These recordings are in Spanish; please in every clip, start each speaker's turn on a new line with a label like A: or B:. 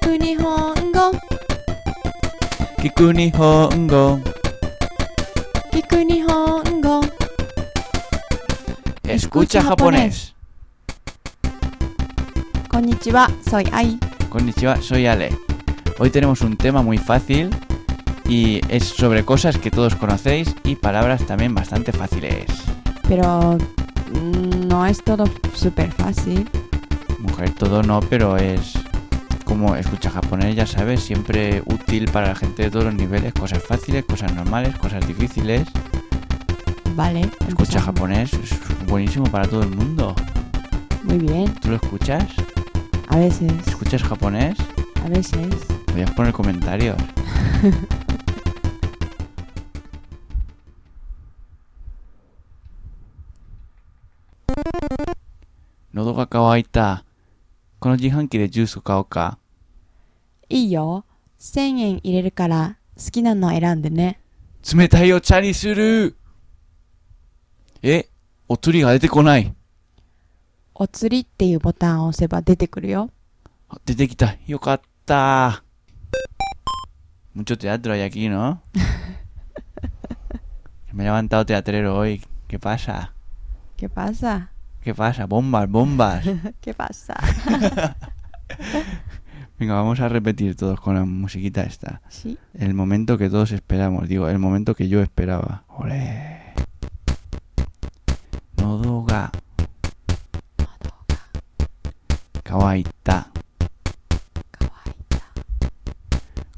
A: く日本語
B: 聞く日本語
A: 聞く日本語
B: Escucha
A: Escucha
B: japonés.
A: こんにちはソイアイ
B: Konnichiwa, soy Ale. Hoy tenemos un tema muy fácil y es sobre cosas que todos conocéis y palabras también bastante fáciles.
A: pero mm, no es todo súper fácil
B: Mujer, todo no, pero es como escucha japonés, ya sabes, siempre útil para la gente de todos los niveles, cosas fáciles, cosas normales, cosas difíciles.
A: vale
B: Escucha
A: empezamos.
B: japonés, es buenísimo para todo el mundo.
A: muy bien
B: ¿Tú lo escuchas?
A: a veces
B: ¿Escuchas japonés?
A: a veces
B: Podías poner comentarios.喉が渇いた。この自販機でジュース買おうか。
A: いいよ1000円入れるから好きなの選んでね
B: 冷たいお茶にするえ、お釣りが出てこない。
A: お釣りっていうボタンを押せば出てくるよ
B: あ出てきた。よかった。Mucho teatro hay aquí, ¿no? Me he levantado teatrero hoy. ¿Qué pasa?
A: ¿Qué pasa?
B: ¿Qué pasa? Bombas, bombas.
A: ¿Qué pasa?
B: Venga, vamos a repetir todos con la musiquita esta.
A: Sí.
B: El momento que todos esperamos, digo, el momento que yo esperaba. ¡Ole! Nodoga. Kawaita.
A: かわいい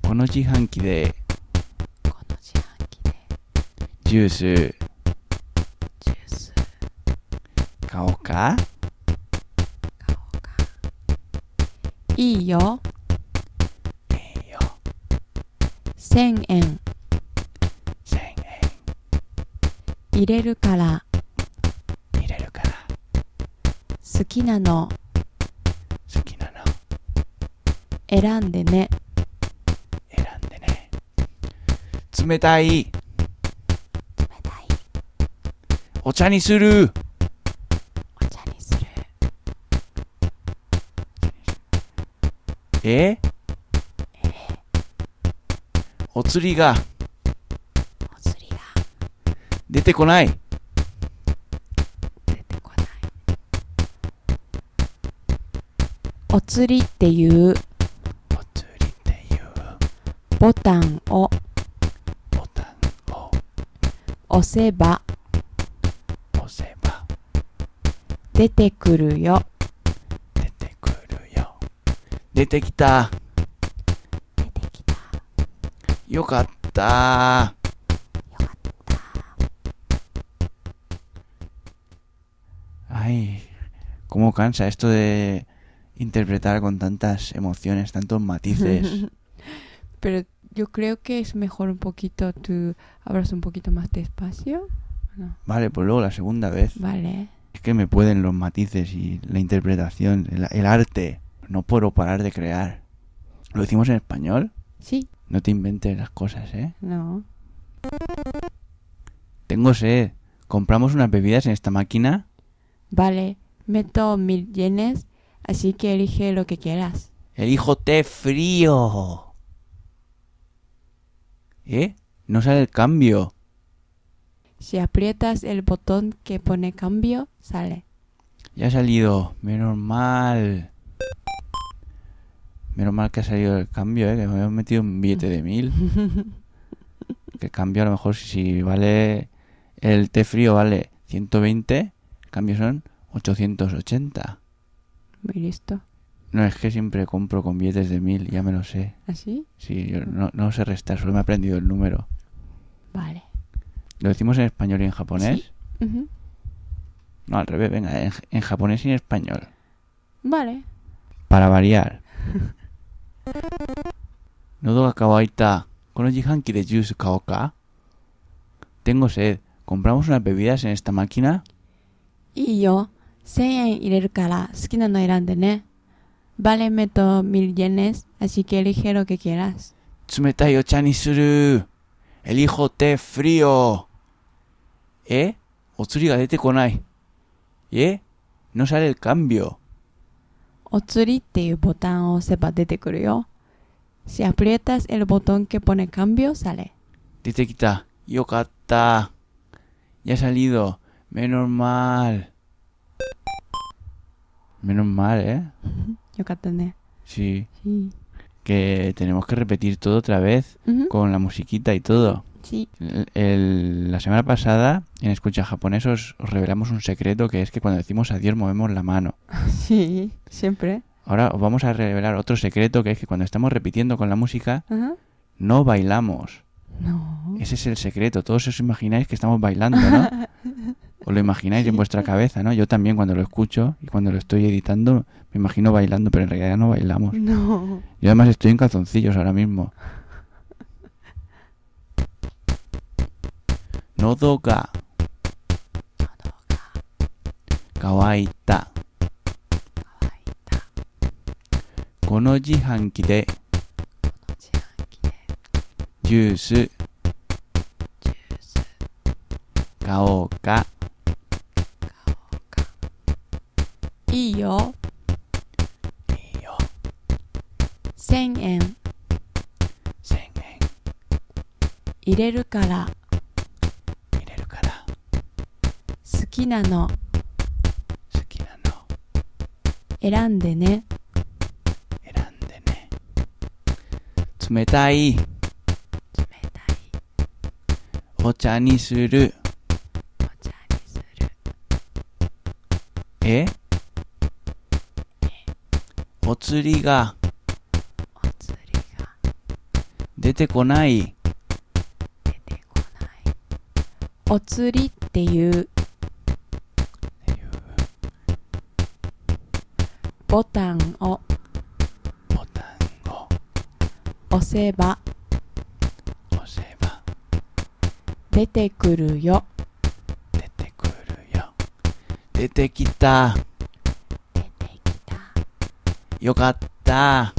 B: Kono jihanki de
A: この自販機で
B: juice
A: ジュース買おう
B: kaoka.
A: かいいよ1000円
B: Sen
A: 入れるから
B: en ireru kara.
A: 好きなの
B: Suki no no.
A: 選んでね
B: Erande ne. Tsumetai.
A: 冷たい
B: Ocha ni suru.
A: お茶にする
B: ¿Eh? Otsuri ga
A: お釣りが
B: dete konai.
A: 出てこないお釣りっていう
B: お釣りっていう
A: ボタンを
B: ボタンを
A: 押せば
B: 押せば
A: 出てくるよ
B: 出てくるよ出てきた
A: 出てき た
B: よかった
A: よかっ
B: ー Ay, cómo cansa esto de interpretar con tantas emociones, tantos matices.
A: Pero yo creo que es mejor un poquito, tú hablas un poquito más despacio.
B: vale, pues luego la segunda vez.
A: Vale.
B: Es que me pueden los matices y la interpretación, el, el arte. No puedo parar de crear. ¿Lo hicimos en español?
A: Sí,
B: No te inventes las cosas, ¿eh?
A: no.
B: Tengo sed. ¿Compramos unas bebidas en esta máquina?
A: Vale, meto mil yenes, así que elige lo que quieras.
B: Elijo té frío. ¿Eh? No sale el cambio.
A: Si aprietas el botón que pone cambio, sale.
B: Ya ha salido. Menos mal. Menos mal que ha salido el cambio, ¿eh? Que me habían metido un billete de mil. Que el cambio a lo mejor si, si vale... El té frío vale 120. El cambio son 880.
A: Muy listo.
B: No, es que siempre compro con billetes de mil. Ya me lo sé.
A: ¿Así?
B: Sí, yo no, no sé restar. Solo me he aprendido el número.
A: Vale.
B: ¿Lo decimos en español y en japonés?
A: Sí. Ujú.
B: No, al revés, venga, en, en japonés y en español.
A: Vale.
B: Para variar. Nodo ga kawaita. Kono jihanki de juice kaoka. Tengo sed. ¿Compramos unas bebidas en esta máquina?
A: いいよ。1000円入れるから好きなの選んでね。Vale, meto mil yenes, así que elige lo que quieras.
B: Tsumetai ocha ni suru. Elijo té frío. ¿Eh? Otsuri ga dete konai. ¿Eh? No sale el cambio.
A: お釣りっていうボタンを押せば出てくるよ。 Si aprietas el botón que pone cambio, sale.
B: Detecta. Yokata. Ya ha salido. Menos mal. Menos mal, ¿eh?
A: Yo catane.
B: Sí.
A: Sí.
B: Que tenemos que repetir todo otra vez
A: Ujú.
B: con la musiquita y todo.
A: Sí.
B: El- el- la semana pasada, en Escucha Japonés, os, os revelamos un secreto que es que cuando decimos adiós movemos la mano.
A: Sí. Siempre.
B: Ahora os vamos a revelar otro secreto que es que cuando estamos repitiendo con la música,
A: Ajá.
B: no bailamos.
A: No.
B: Ese es el secreto. Todos os imagináis que estamos bailando, ¿no? Os lo imagináis en vuestra cabeza, ¿no? Yo también cuando lo escucho y cuando lo estoy editando me imagino bailando, pero en realidad no bailamos.
A: No.
B: Yo además estoy en calzoncillos ahora mismo. No toca. Kawaita. Kono jihanki de juice. Kao ka.
A: Y yo.
B: Y yo.
A: 1000円
B: Sen en
A: 入れるから
B: ireru kara.
A: 好きなの
B: Suki na no.
A: 選んでね
B: Erande ne. Tsumetai.
A: 冷たい
B: Ocha ni suru.
A: お茶にする
B: ¿Eh? Otsuri ga
A: お釣りが
B: dete konai.
A: 出てこないお釣りっていうボタンを
B: Botan o
A: 押せば
B: oseba
A: 出てくるよ
B: dete kuru yo. Dete kita.
A: 出てきた
B: Yokatta.
A: よかった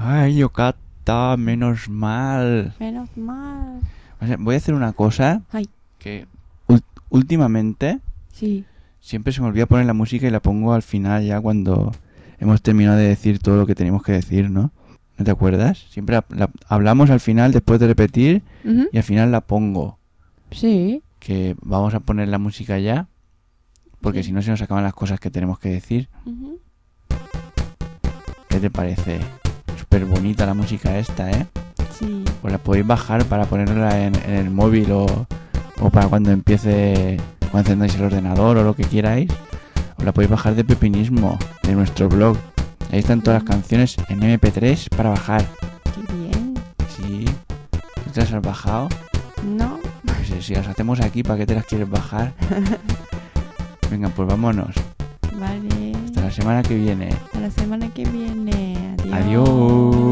B: Ay, yokatta, menos mal.
A: menos mal
B: O sea, voy a hacer una cosa
A: Ay.
B: que ul- últimamente
A: sí
B: siempre se me olvida poner la música y la pongo al final ya cuando hemos terminado de decir todo lo que teníamos que decir, ¿no? ¿No te acuerdas? Siempre la- la- hablamos al final después de repetir
A: Ujú.
B: y al final la pongo.
A: sí
B: Que vamos a poner la música ya porque
A: Sí.
B: si no se nos acaban las cosas que tenemos que decir.
A: Ujú.
B: ¿Qué te parece? Súper bonita la música esta, ¿eh?
A: sí
B: Pues la podéis bajar para ponerla en, en el móvil o, o para cuando empiece, cuando encendáis el ordenador o lo que queráis. Os la podéis bajar de Pepinismo, de nuestro blog. Ahí están todas las canciones en MP3 para bajar.
A: qué bien
B: Sí. ¿Tú te las has bajado?
A: no
B: Pues eh, si las hacemos aquí, ¿para qué te las quieres bajar? Venga, pues vámonos.
A: vale
B: Hasta la semana que viene.
A: Hasta la semana que viene. Adiós.
B: Adiós.